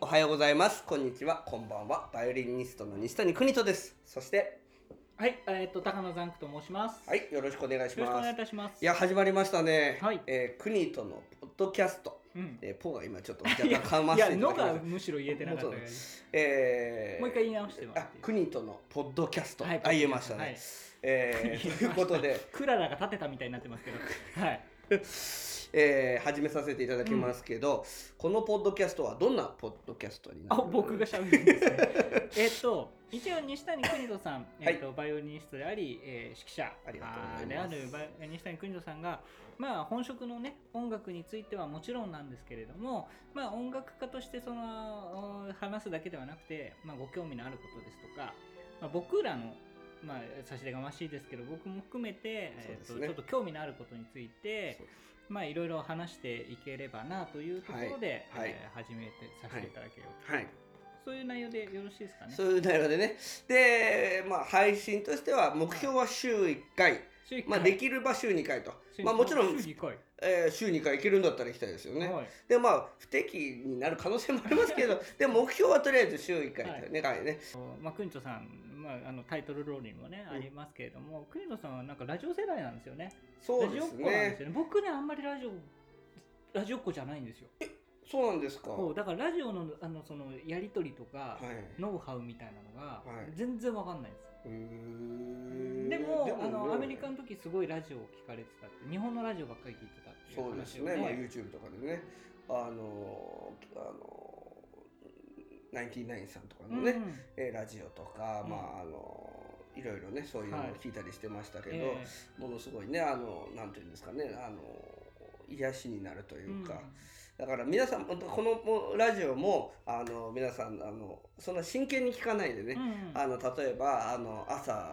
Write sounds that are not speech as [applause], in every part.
はようございます。こんにちは。こんばんは。バイオリニストの西谷邦人です。そして、はい、えーっと高野ザンクと申します。はい、よろしくお願いしよろしくおま願いす。いたします。いや、始まりましたね。はいえー、邦人のポッドキャスト。うん。えー、ポーが今ちょっと若干かま [laughs] いしてや、いただのきまがしたむしろ言えてなかったから。えー、もう一回言い直してもらあっていい、国とのポッドキャスト、はいあ言えましたね。はいえーということで、 [laughs] クララが立てたみたいになってますけど。はい。えー始めさせていただきますけど、このポッドキャストはどんなポッドキャストになあ、る僕が喋る [laughs] んですね。えーっと一応西谷邦人さん、えーっとバイオリニストであり、えー指揮者ありがとうございでまあするバイオ西谷邦人さんが、まあ本職のね音楽についてはもちろんなんですけれども、まあ音楽家としてそのお話すだけではなくて、まあご興味のあることですとか、まあ僕らのまあ差し出がましいですけど、僕も含めて、えーっそとうですねちょっと興味のあることについて。まあいろいろ話していければなというところで、はいはいえー始めてさせていただければとはい、そういう内容でよろしいですかね。そういう内容でねで、まあ、配信としては目標は週1回、週一まあ、回できれば週2回と、まあ、もちろん週、二回えー週2回行けるんだったら行きたいですよね、はいでまあ不適になる可能性もありますけどで目標はとりあえず週1回というね、はい、ねまあ、くんちょさん、まあ、あのタイトルロールにもね、うんありますけれども、くんちょさんはなんかラジオ世代なんですよね。そうでラジすオっ子なんですねよね。僕ね、あんまりラジオ、ラジオっ子じゃないんですよ。そうなんですかこはうだからラジオのあのそのやりとりとか、いノウハウみたいなのがはい全然わかんないです。うーんでもあの、ねアメリカの時すごいラジオを聞かれてたって、日本のラジオばっかり聞いてたっていう話そをうですね、まあ、YouTube とかでねあのーあのナインティナインさんとかのね、うんえーラジオとか、うんまああのーいろいろねそういうのをはい聞いたりしてましたけど、ええものすごいねあのなんていうんですかねあのー癒しになるというか、だから皆さんこのもうラジオもあの皆さんあのそんな真剣に聞かないでねう、んうんあの例えばあの朝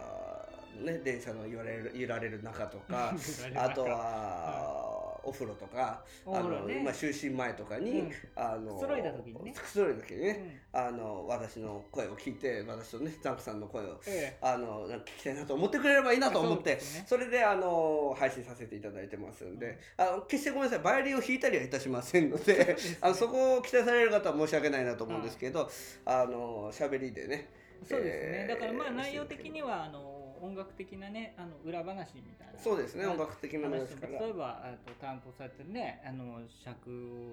ね電車の揺られる揺られる中と [laughs] かあとは、お風呂とか、おあ風呂のね今就寝前とかに、うんあのくつろいだ時にねくつろいだ時にうね、んあの私の声を聞いて私とねザンクさんの声をええあのなんか聞きたいなと思ってくれればいいなと思ってそうですねそれであの配信させていただいてますんで、あの決してごめんなさいバイオリンを弾いたりはいたしませんので [laughs] すねあのそこを期待される方は申し訳ないなと思うんですけど、あの喋りでねそうですね、えーだからまあ内容的にはあの音楽的なねあの裏話みたいなそうですね、はい音楽的なもので話すとかから例えばあと担当されてるねあの尺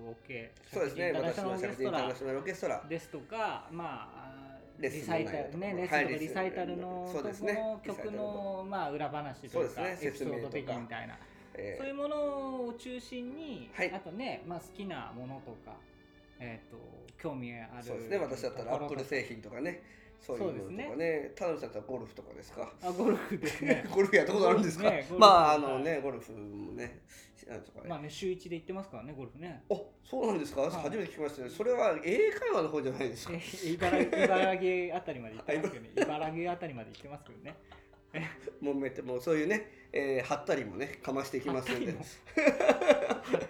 オケそうですね尺私のインタ作ーナシ品インターョナルオナーケシスョナルオーケストトララですとかまあレリッスンのサ内イ容タとかルはねレいッスレッンとかスンリサイタルのそうとですこねリサイのタ曲ルののまあ裏話とそういでうすかねエピソード的説明とかみたいなえそういうものを中心に、はいあとね、まあ、好きなものとか、えー、と興味あーるそうですね私だったらアップル製品とかねそういうものとそかうですね田辺さんだったらゴルフとかですかあゴルフですね [laughs] ゴルフやったことあるんですか、ゴルフねゴルフまああのねゴルフもねなんとかね、まあね週一で行ってますからねゴルフねあそうなんですか、はい初めて聞きましたねそれは英会話の方じゃないですかえ茨城茨城あたりまで行ってますけどね茨城あたりまで行ってますけどねもうめてもうそういうね、えー、張ったりもねかましていきますので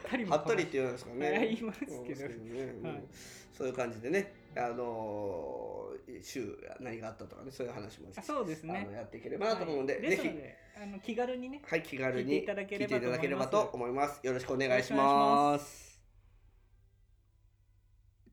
たり張もったりって言うんですかねはい言いますけどねうんはいそういう感じでねあのー週何があったとかねそういう話もしあそうですあねのやっていければなと思うので、はいぜすひのであの気軽にねはい気軽に聞いていただけ聞いれてばいとた思いますだければと思いますよろしくお願いしよろしくお願ます